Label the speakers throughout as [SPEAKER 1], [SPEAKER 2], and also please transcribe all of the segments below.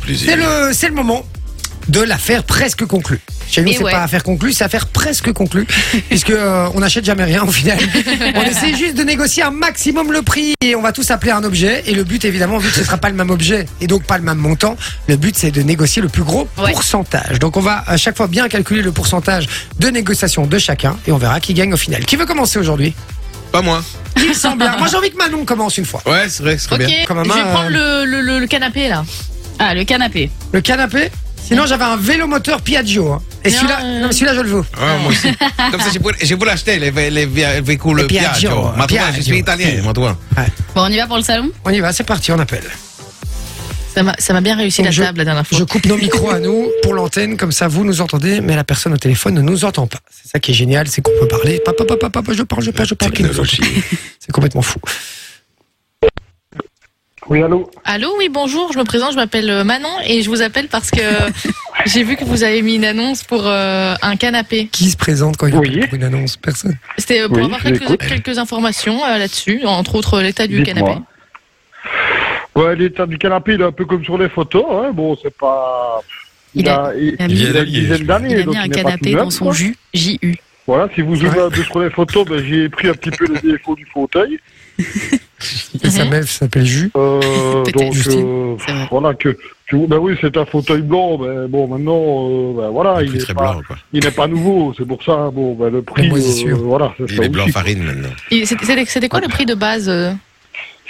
[SPEAKER 1] plaisir.
[SPEAKER 2] C'est le, c'est le moment de l'affaire presque conclue. Chez nous,
[SPEAKER 3] Et
[SPEAKER 2] c'est
[SPEAKER 3] ouais.
[SPEAKER 2] pas affaire conclue, c'est affaire presque conclue, puisque euh, on n'achète jamais rien au final. on essaie juste de négocier un maximum le prix et on va tous appeler un objet. Et le but, évidemment, vu que ce sera pas le même objet et donc pas le même montant, le but c'est de négocier le plus gros
[SPEAKER 3] Ouais.
[SPEAKER 2] pourcentage. Donc on va à chaque fois bien calculer le pourcentage de négociation de chacun et on verra qui gagne au final. Qui veut commencer aujourd'hui
[SPEAKER 1] Pas moi.
[SPEAKER 2] Il semble.
[SPEAKER 3] Ah.
[SPEAKER 2] bien. Moi, j'ai envie que Manon commence une fois.
[SPEAKER 1] Ouais, c'est vrai, c'est
[SPEAKER 3] Ok,
[SPEAKER 1] bien.
[SPEAKER 2] Comme un
[SPEAKER 3] je vais
[SPEAKER 2] main,
[SPEAKER 3] prendre
[SPEAKER 4] euh,
[SPEAKER 3] le, le- le- le canapé là.
[SPEAKER 4] Ah, le canapé.
[SPEAKER 2] Le canapé. Sinon, j'avais un vélo moteur Piaggio. hein. Et
[SPEAKER 3] Non,
[SPEAKER 2] celui-là,
[SPEAKER 3] euh,
[SPEAKER 2] non, mais celui-là, je le veux.
[SPEAKER 1] Ouais, Ah, moi aussi. Comme ça, je peux, je peux l'acheter, les, vé- les, vé- véhicules
[SPEAKER 2] Le Piaggio,
[SPEAKER 1] Piaggio.
[SPEAKER 3] Ah,
[SPEAKER 1] Moi, tu vois, je
[SPEAKER 2] Piaggio.
[SPEAKER 1] suis italien, moi, tu vois.
[SPEAKER 4] Bon, on y va pour le salon
[SPEAKER 2] On y va, c'est parti, on appelle.
[SPEAKER 3] Ça m'a ça m'a bien réussi
[SPEAKER 2] Donc,
[SPEAKER 3] la
[SPEAKER 2] je-
[SPEAKER 3] table la dernière fois.
[SPEAKER 2] Je coupe nos micros à nous pour l'antenne, comme ça vous nous entendez, mais la personne au téléphone ne nous entend pas. C'est ça qui est génial, c'est qu'on peut parler. Papa, papa, papa, je parle, je parle, je parle. qui nous entend pas. C'est complètement fou.
[SPEAKER 5] Oui, allô
[SPEAKER 3] Allô, oui, bonjour, je me présente, je m'appelle euh, Manon et je vous appelle parce que j'ai vu que vous avez mis une annonce pour euh, un canapé.
[SPEAKER 2] Qui se présente quand il y a
[SPEAKER 5] Oui.
[SPEAKER 2] pour une annonce Personne.
[SPEAKER 3] C'était euh, pour
[SPEAKER 5] Oui,
[SPEAKER 3] avoir
[SPEAKER 5] je
[SPEAKER 3] quelques,
[SPEAKER 5] l'écoute.
[SPEAKER 3] quelques informations euh, là-dessus, entre autres euh, l'état du
[SPEAKER 5] Dites-moi.
[SPEAKER 3] canapé.
[SPEAKER 5] Ouais, l'état du canapé, il est un peu comme sur les photos. Hein. Bon, c'est pas.
[SPEAKER 4] Il a-
[SPEAKER 5] il,
[SPEAKER 4] il a
[SPEAKER 1] mis-
[SPEAKER 5] il a une dizaine d'années.
[SPEAKER 4] Il a
[SPEAKER 5] donc
[SPEAKER 4] mis un
[SPEAKER 5] n'est pas
[SPEAKER 4] canapé
[SPEAKER 5] tout
[SPEAKER 4] dans
[SPEAKER 5] neuf,
[SPEAKER 4] son
[SPEAKER 5] quoi.
[SPEAKER 4] jus, J-U.
[SPEAKER 5] Voilà, si vous ouvrez
[SPEAKER 2] Ouais.
[SPEAKER 5] un peu sur les photos, ben, j'ai pris un petit peu les défauts du fauteuil.
[SPEAKER 3] Mhm.
[SPEAKER 2] Et sa mère s'appelle Jus.
[SPEAKER 5] Euh,
[SPEAKER 4] Peut-être,
[SPEAKER 5] donc,
[SPEAKER 4] Justine,
[SPEAKER 5] euh,
[SPEAKER 4] c'est vrai.
[SPEAKER 5] voilà, que. que- Ben oui, c'est un fauteuil blanc, mais bon, maintenant, euh, ben voilà, il
[SPEAKER 1] Il est
[SPEAKER 5] n'est
[SPEAKER 1] très
[SPEAKER 5] pas,
[SPEAKER 1] blanc, quoi.
[SPEAKER 5] il est pas nouveau, c'est pour ça, bon, ben le prix,
[SPEAKER 2] La moisissure.
[SPEAKER 5] euh, voilà, c'est
[SPEAKER 1] Il
[SPEAKER 5] ça
[SPEAKER 1] est blanc
[SPEAKER 5] aussi.
[SPEAKER 1] farine, maintenant.
[SPEAKER 3] Et c'était- C'était c'était quoi le prix de base euh,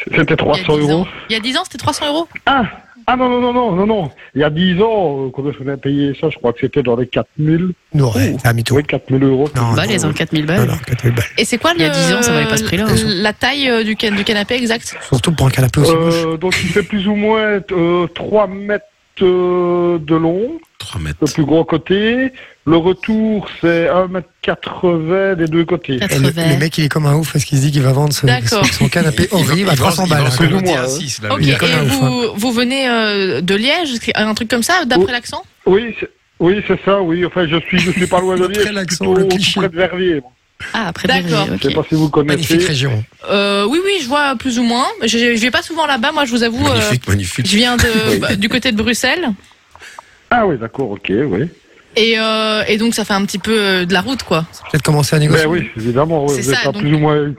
[SPEAKER 5] C'était
[SPEAKER 3] il y a
[SPEAKER 5] 300
[SPEAKER 3] 10
[SPEAKER 5] euros.
[SPEAKER 3] ans Il y a 10 ans, c'était 300 euros
[SPEAKER 5] Ah, ah non, non, non, non, non, non, il y a 10 ans, euh, combien on a payé ça, je crois que c'était dans les 4000.
[SPEAKER 2] Non, ouais,
[SPEAKER 5] Ouh.
[SPEAKER 2] t'as mis tout.
[SPEAKER 5] Oui, 4000 euros.
[SPEAKER 2] Ah, Non,
[SPEAKER 4] Bah,
[SPEAKER 2] non,
[SPEAKER 3] hein,
[SPEAKER 4] les en 4000
[SPEAKER 2] non,
[SPEAKER 4] balles.
[SPEAKER 2] non, 4000 balles.
[SPEAKER 3] Et c'est quoi le,
[SPEAKER 4] Il y a 10 ans, ça valait pas ce prix-là, hein.
[SPEAKER 3] La taille euh, du, can- du canapé exact
[SPEAKER 2] Surtout pour un canapé aussi. moche.
[SPEAKER 5] Euh, donc il fait plus ou moins euh, 3 mètres euh, de long,
[SPEAKER 1] 3 mètres.
[SPEAKER 5] le plus grand côté. Le retour, c'est 1 mètre 80 des deux côtés.
[SPEAKER 2] Et le,
[SPEAKER 4] 80.
[SPEAKER 2] le mec, il est comme un ouf parce qu'il se dit qu'il va vendre ce-
[SPEAKER 3] D'accord.
[SPEAKER 2] son canapé horrible à 300 balles.
[SPEAKER 5] se
[SPEAKER 2] hein.
[SPEAKER 5] louer.
[SPEAKER 1] Moi,
[SPEAKER 5] hein.
[SPEAKER 1] là,
[SPEAKER 3] Ok,
[SPEAKER 1] lui.
[SPEAKER 2] il y
[SPEAKER 3] et
[SPEAKER 2] a quand même un
[SPEAKER 3] vous, vous venez euh, de Liège, un truc comme ça, d'après
[SPEAKER 5] Oh.
[SPEAKER 3] l'accent
[SPEAKER 5] Oui, c'est- oui, c'est ça, oui. Enfin, je suis, je suis pas loin de
[SPEAKER 2] Après
[SPEAKER 5] Liège, je suis
[SPEAKER 2] l'accent,
[SPEAKER 5] plutôt
[SPEAKER 2] le
[SPEAKER 5] tout
[SPEAKER 2] cliché.
[SPEAKER 5] près de Verviers. moi.
[SPEAKER 4] Ah, après
[SPEAKER 3] D'accord.
[SPEAKER 4] Verviers,
[SPEAKER 5] Je sais
[SPEAKER 4] ok.
[SPEAKER 5] pas si vous
[SPEAKER 2] Magnifique
[SPEAKER 5] connaissez.
[SPEAKER 2] région.
[SPEAKER 3] Euh, Oui, oui, je vois plus ou moins. Je, je vais pas souvent là-bas, moi je vous avoue. euh,
[SPEAKER 1] Magnifique, magnifique.
[SPEAKER 3] je viens de, bah, du côté de Bruxelles.
[SPEAKER 5] Ah oui, d'accord, ok, oui.
[SPEAKER 3] Et, euh, et donc ça fait un petit peu euh, de la route, quoi.
[SPEAKER 2] Peut-être commencer à négocier.
[SPEAKER 5] Ben oui, évidemment, oui,
[SPEAKER 3] C'est
[SPEAKER 5] vous êtes
[SPEAKER 3] ça,
[SPEAKER 5] à
[SPEAKER 3] donc-
[SPEAKER 5] plus ou moins une-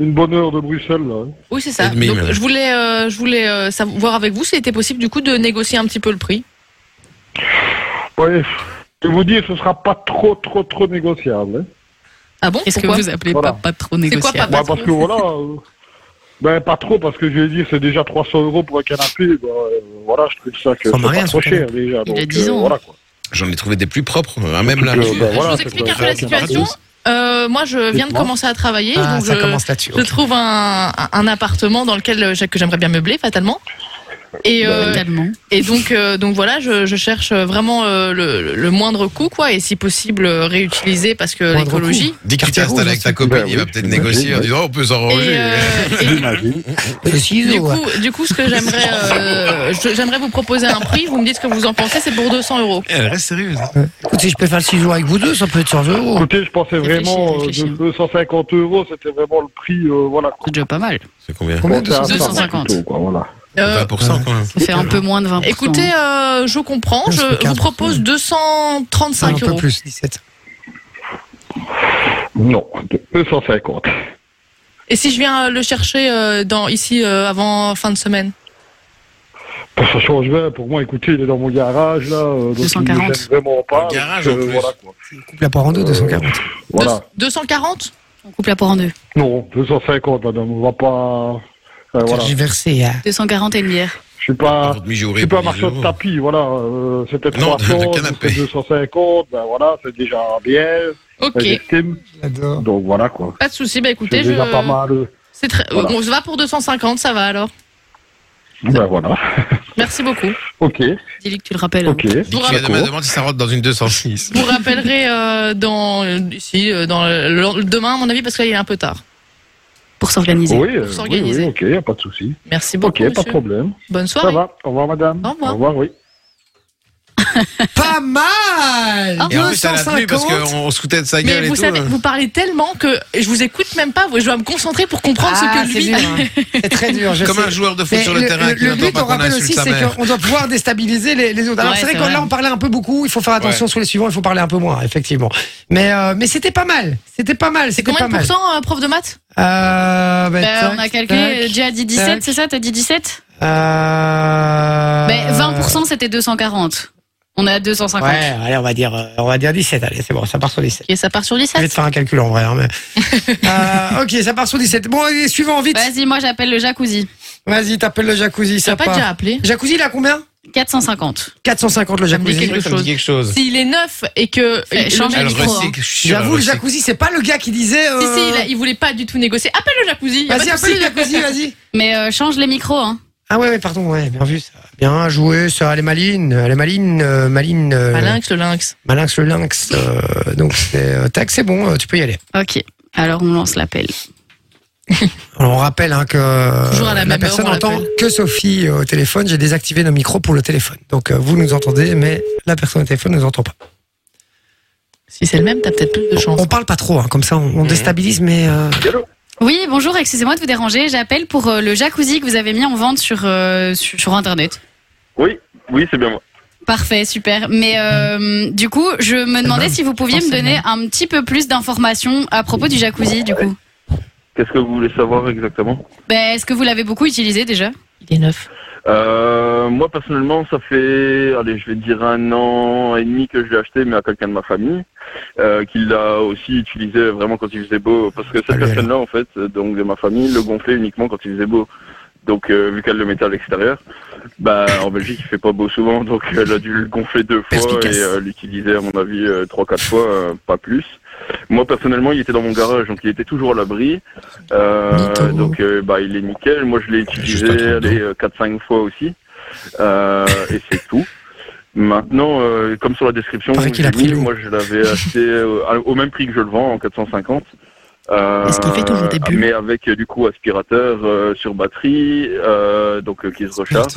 [SPEAKER 5] une bonne heure de Bruxelles. Là. hein.
[SPEAKER 3] Oui, c'est ça.
[SPEAKER 1] Et demi,
[SPEAKER 3] donc
[SPEAKER 1] madame.
[SPEAKER 3] je voulais, euh, je voulais euh, savoir avec vous s'il était possible du coup de négocier un petit peu le prix.
[SPEAKER 5] Ouais. Je vais vous dire, ce sera pas trop, trop, trop négociable. hein.
[SPEAKER 3] Ah bon
[SPEAKER 4] Qu'est-ce que
[SPEAKER 3] Pourquoi
[SPEAKER 4] vous appelez
[SPEAKER 5] Voilà.
[SPEAKER 4] pas, pas trop
[SPEAKER 3] quoi,
[SPEAKER 4] négociable
[SPEAKER 3] Pas
[SPEAKER 5] Bah, parce
[SPEAKER 3] trop.
[SPEAKER 5] que voilà. euh, ben, pas trop, parce que je vais dire, c'est déjà 300 euros pour un canapé. bah, euh, voilà, je trouve ça que
[SPEAKER 2] Ça
[SPEAKER 5] c'est
[SPEAKER 2] m'a rien,
[SPEAKER 5] pas trop
[SPEAKER 2] ce
[SPEAKER 5] cher déjà.
[SPEAKER 4] Il a
[SPEAKER 5] donc,
[SPEAKER 4] 10 ans, hein.
[SPEAKER 5] euh, voilà, quoi.
[SPEAKER 1] J'en ai trouvé des plus propres, hein, même là.
[SPEAKER 5] Donc,
[SPEAKER 1] Je-
[SPEAKER 5] euh, ben,
[SPEAKER 3] Je
[SPEAKER 5] voilà,
[SPEAKER 3] vous
[SPEAKER 5] c'est
[SPEAKER 3] explique
[SPEAKER 5] quoi,
[SPEAKER 3] un peu la
[SPEAKER 5] c'est un canapé.
[SPEAKER 3] situation. Euh, moi, je viens de
[SPEAKER 5] Dites-moi.
[SPEAKER 3] commencer à travailler,
[SPEAKER 2] Ah,
[SPEAKER 3] donc euh,
[SPEAKER 2] ça
[SPEAKER 3] je,
[SPEAKER 2] commence là-dessus.
[SPEAKER 3] je
[SPEAKER 2] ok.
[SPEAKER 3] trouve un, un- un appartement dans lequel euh, j'ai- que j'aimerais bien meubler, fatalement.
[SPEAKER 5] Bah,
[SPEAKER 3] Et, euh,
[SPEAKER 4] Totalement.
[SPEAKER 3] et donc, euh, donc voilà, je, je cherche vraiment euh, le, le moindre coût, quoi, et si possible euh, réutiliser parce que
[SPEAKER 2] Moindre coût.
[SPEAKER 3] l'écologie.
[SPEAKER 1] Dis qu'il
[SPEAKER 2] Carter
[SPEAKER 1] t'installe
[SPEAKER 2] Rose,
[SPEAKER 1] avec ta
[SPEAKER 2] aussi.
[SPEAKER 1] copine,
[SPEAKER 5] Ben
[SPEAKER 1] il va
[SPEAKER 5] oui,
[SPEAKER 1] peut-être
[SPEAKER 5] j'imagine,
[SPEAKER 1] négocier en
[SPEAKER 5] oui.
[SPEAKER 1] disant oh, on peut
[SPEAKER 3] Et,
[SPEAKER 1] s'arranger.
[SPEAKER 3] euh, et du
[SPEAKER 5] J'imagine.
[SPEAKER 2] Le ciseau,
[SPEAKER 3] Du
[SPEAKER 2] ouais.
[SPEAKER 3] coup, du coup, ce que j'aimerais, euh, je- j'aimerais vous proposer un prix. Vous me dites ce que vous en pensez. C'est pour 200 euros.
[SPEAKER 1] Eh, Elle reste sérieuse.
[SPEAKER 5] Ah.
[SPEAKER 2] Écoute, si je peux faire le ciseau avec vous deux, ça peut être 100 euros.
[SPEAKER 5] Écoutez, je pensais
[SPEAKER 4] Réfléchis,
[SPEAKER 5] vraiment euh,
[SPEAKER 4] réfléchis.
[SPEAKER 5] de 250 euros, c'était vraiment le prix. euh, voilà, quoi.
[SPEAKER 4] C'est déjà pas mal.
[SPEAKER 1] C'est combien
[SPEAKER 2] Combien
[SPEAKER 5] Pensez à ça,
[SPEAKER 4] 250.
[SPEAKER 5] plutôt, quoi, voilà.
[SPEAKER 3] Euh,
[SPEAKER 1] 20% quand même.
[SPEAKER 4] Ça fait un peu moins de 20%.
[SPEAKER 3] écoutez, euh, je comprends.
[SPEAKER 2] Ouais, ça fait
[SPEAKER 3] Je vous
[SPEAKER 2] quatre.
[SPEAKER 3] propose
[SPEAKER 2] Ah, Un
[SPEAKER 3] 235
[SPEAKER 2] peu
[SPEAKER 3] euros.
[SPEAKER 2] plus, 17.
[SPEAKER 5] Non, 250.
[SPEAKER 3] Et si je viens euh, le chercher euh, dans ici euh, avant fin de semaine
[SPEAKER 5] Bon, ça change rien pour moi. Écoutez, il est dans mon garage, là. euh, donc il me
[SPEAKER 4] 240.
[SPEAKER 5] gêne vraiment pas.
[SPEAKER 1] Dans le garage,
[SPEAKER 5] donc,
[SPEAKER 1] en
[SPEAKER 5] euh,
[SPEAKER 1] plus.
[SPEAKER 5] Voilà, quoi.
[SPEAKER 2] Coupe la poire en deux, 240.
[SPEAKER 5] Voilà.
[SPEAKER 3] Deux- 240
[SPEAKER 4] On coupe la poire en deux.
[SPEAKER 5] Non, 250, madame. On va pas. Enfin, voilà.
[SPEAKER 2] Tergiversé, hein.
[SPEAKER 4] 240 et une bière.
[SPEAKER 5] Je suis pas.
[SPEAKER 1] Pour demi-journée,
[SPEAKER 5] Je suis pas un
[SPEAKER 1] pour
[SPEAKER 5] marchand de
[SPEAKER 1] 10 euros.
[SPEAKER 5] tapis, voilà. euh, c'était
[SPEAKER 1] bah, Non, de- de
[SPEAKER 5] 300, donc
[SPEAKER 1] canapé.
[SPEAKER 5] c'est 250, ben voilà, c'est déjà bien,
[SPEAKER 3] Ok,
[SPEAKER 5] j'estime.
[SPEAKER 2] J'adore.
[SPEAKER 5] Donc voilà quoi.
[SPEAKER 3] pas de souci. Bah
[SPEAKER 5] C'est
[SPEAKER 3] écoutez, je.
[SPEAKER 5] déjà pas mal.
[SPEAKER 3] C'est très.
[SPEAKER 5] Voilà.
[SPEAKER 3] On se va pour 250, ça va alors.
[SPEAKER 5] Ben voilà.
[SPEAKER 3] Merci beaucoup.
[SPEAKER 5] Ok,
[SPEAKER 4] Dis-lui que tu le rappelles.
[SPEAKER 5] ok.
[SPEAKER 1] Dis qu'il
[SPEAKER 5] D'accord.
[SPEAKER 1] me euh, demande si ça rentre dans une 206.
[SPEAKER 3] Vous rappellerez euh, dans euh, ici euh, dans le- le- demain à mon avis parce que là il est un peu tard.
[SPEAKER 4] Pour s'organiser.
[SPEAKER 5] Oui, euh,
[SPEAKER 3] Pour
[SPEAKER 5] oui,
[SPEAKER 3] s'organiser.
[SPEAKER 5] oui, ok, y a pas de souci.
[SPEAKER 3] Merci beaucoup.
[SPEAKER 5] Ok, pas de
[SPEAKER 3] monsieur.
[SPEAKER 5] problème.
[SPEAKER 3] Bonne
[SPEAKER 5] Ça
[SPEAKER 3] soirée.
[SPEAKER 5] va. Au revoir, madame.
[SPEAKER 3] Au revoir.
[SPEAKER 5] Au revoir, oui.
[SPEAKER 2] Pas mal
[SPEAKER 1] Et en plus, ça l'a tenu parce
[SPEAKER 2] 250
[SPEAKER 1] qu'on se foutait de sa gueule
[SPEAKER 3] Mais
[SPEAKER 1] et
[SPEAKER 3] vous
[SPEAKER 1] tout. euh,
[SPEAKER 3] savez, vous parlez tellement que je vous écoute même pas. Je dois me concentrer pour comprendre
[SPEAKER 2] Ah,
[SPEAKER 3] ce que
[SPEAKER 2] c'est
[SPEAKER 3] lui.
[SPEAKER 2] dur, hein. C'est très dur, je
[SPEAKER 1] Comme
[SPEAKER 2] sais.
[SPEAKER 1] un joueur de foot
[SPEAKER 2] Mais
[SPEAKER 1] sur le, terrain qui
[SPEAKER 2] le
[SPEAKER 1] n'entend
[SPEAKER 2] but,
[SPEAKER 1] pas
[SPEAKER 2] on
[SPEAKER 1] qu'on
[SPEAKER 2] rappelle
[SPEAKER 1] insulte
[SPEAKER 2] aussi,
[SPEAKER 1] sa
[SPEAKER 2] c'est
[SPEAKER 1] mère.
[SPEAKER 2] qu'on doit pouvoir déstabiliser les, les autres. Alors
[SPEAKER 3] Ouais,
[SPEAKER 2] c'est vrai
[SPEAKER 3] c'est
[SPEAKER 2] qu'on
[SPEAKER 3] vrai.
[SPEAKER 2] là, on parlait un peu beaucoup. Il faut faire attention
[SPEAKER 1] Ouais.
[SPEAKER 2] sur les suivants. Il faut parler un peu moins, effectivement. Mais euh, mais c'était pas mal. C'était pas mal. C'était
[SPEAKER 3] Combien
[SPEAKER 2] pas
[SPEAKER 3] de
[SPEAKER 2] mal.
[SPEAKER 3] pourcents, euh, prof de maths
[SPEAKER 2] Euh, bah,
[SPEAKER 4] Bah,
[SPEAKER 2] tac,
[SPEAKER 4] on a calculé,
[SPEAKER 2] tac.
[SPEAKER 4] Jay a dit 17,
[SPEAKER 2] tac.
[SPEAKER 4] c'est ça T'as dit Bah, 17
[SPEAKER 2] Euh,
[SPEAKER 4] Mais 20% c'était 240. On est à 250.
[SPEAKER 2] Ouais, allez, on va dire, euh, on va dire 17. Allez, c'est bon, ça part sur 17.
[SPEAKER 3] Ok, ça part sur
[SPEAKER 2] Je vais te
[SPEAKER 3] 17.
[SPEAKER 2] faire un calcul en vrai. hein, mais... Euh, ok, ça part sur 17. Bon, allez, suivant, vite.
[SPEAKER 4] Vas-y, moi j'appelle le jacuzzi.
[SPEAKER 2] Vas-y, t'appelles le jacuzzi,
[SPEAKER 3] Tu
[SPEAKER 2] ça
[SPEAKER 3] pas
[SPEAKER 2] part.
[SPEAKER 3] déjà appelé
[SPEAKER 2] Jacuzzi, il a combien
[SPEAKER 4] 450.
[SPEAKER 2] 450 le
[SPEAKER 3] Ça me dit
[SPEAKER 2] jacuzzi.
[SPEAKER 3] quelque
[SPEAKER 1] Ça me dit quelque chose.
[SPEAKER 3] S'il est neuf et que.
[SPEAKER 4] Fais-
[SPEAKER 3] le
[SPEAKER 4] change
[SPEAKER 3] mec-
[SPEAKER 1] Elle
[SPEAKER 4] le micro,
[SPEAKER 1] recycle. je suis sûr, elle
[SPEAKER 2] J'avoue, le
[SPEAKER 1] recycle.
[SPEAKER 2] jacuzzi, c'est pas le gars qui disait. euh,
[SPEAKER 3] Si, si, il, a- il voulait pas du tout négocier. Appelle le jacuzzi. y a pas
[SPEAKER 2] Vas-y,
[SPEAKER 3] de
[SPEAKER 2] appelle le
[SPEAKER 3] souci.
[SPEAKER 2] jacuzzi, vas-y.
[SPEAKER 4] Mais euh, change les micros, hein.
[SPEAKER 2] Ah ouais, ouais, pardon, ouais, bien vu ça. Bien joué, ça. Elle est maline, elle est maline, euh, maline. euh,
[SPEAKER 3] Malinx, le lynx.
[SPEAKER 2] Malinx le lynx. euh, donc c'est euh, tac, c'est bon, euh, tu peux y aller.
[SPEAKER 4] Ok. Alors on lance l'appel.
[SPEAKER 2] Alors, on rappelle hein, que euh,
[SPEAKER 3] Toujours à la même heure,
[SPEAKER 2] personne
[SPEAKER 3] on
[SPEAKER 2] n'entend
[SPEAKER 3] l'appelle.
[SPEAKER 2] que Sophie euh, au téléphone. J'ai désactivé nos micros pour le téléphone. Donc euh, vous nous entendez, mais la personne au téléphone ne nous entend pas.
[SPEAKER 3] Si c'est le même, t'as peut-être plus de chance.
[SPEAKER 2] On parle pas trop, hein, comme ça on,
[SPEAKER 6] Mhm.
[SPEAKER 2] on déstabilise, mais euh,
[SPEAKER 4] Oui, bonjour, excusez-moi de vous déranger. J'appelle pour euh, le jacuzzi que vous avez mis en vente sur, euh, sur, sur Internet.
[SPEAKER 6] Oui, oui, c'est bien moi.
[SPEAKER 4] Parfait, super. Mais euh, du coup, je me demandais si vous pouviez
[SPEAKER 3] Je pense
[SPEAKER 4] me
[SPEAKER 3] que c'est
[SPEAKER 4] donner un petit peu plus d'informations à propos du jacuzzi, du coup.
[SPEAKER 6] Qu'est-ce que vous voulez savoir exactement
[SPEAKER 4] Ben, Est-ce que vous l'avez beaucoup utilisé déjà
[SPEAKER 3] Il est neuf.
[SPEAKER 6] euh, Moi, personnellement, ça fait, allez, je vais dire un an et demi que je l'ai acheté, mais à quelqu'un de ma famille, euh, qui l'a aussi utilisé vraiment quand il faisait beau. Parce que
[SPEAKER 2] Ah,
[SPEAKER 6] cette
[SPEAKER 2] lui,
[SPEAKER 6] personne-là, en fait, euh, donc de ma famille, le gonflait uniquement quand il faisait beau. Donc, euh, vu qu'elle le mettait à l'extérieur, bah, en Belgique, il fait pas beau souvent, donc euh, elle a dû le gonfler deux fois et
[SPEAKER 2] Perspicace.
[SPEAKER 6] euh, l'utiliser, à mon avis, euh, trois, quatre fois, euh, pas plus. Moi, personnellement, il était dans mon garage, donc il était toujours à l'abri.
[SPEAKER 2] Mytho.
[SPEAKER 6] Euh, donc, euh, bah, il est nickel. Moi, je l'ai
[SPEAKER 1] Juste
[SPEAKER 6] utilisé
[SPEAKER 1] un truc,
[SPEAKER 6] allez, euh, 4-5 fois aussi. Euh, et c'est tout. Maintenant, euh, comme sur la description,
[SPEAKER 2] Paraît
[SPEAKER 6] que
[SPEAKER 2] qu'il
[SPEAKER 6] j'ai
[SPEAKER 2] a pris
[SPEAKER 6] mis,
[SPEAKER 2] l'eau.
[SPEAKER 6] moi je l'avais acheté euh, à- au même prix que je le vends, en 450. Euh,
[SPEAKER 3] Est-ce qu'il fait toujours des bulles
[SPEAKER 6] Mais avec euh, du coup aspirateur euh, sur batterie, euh, donc euh, qui se recharge.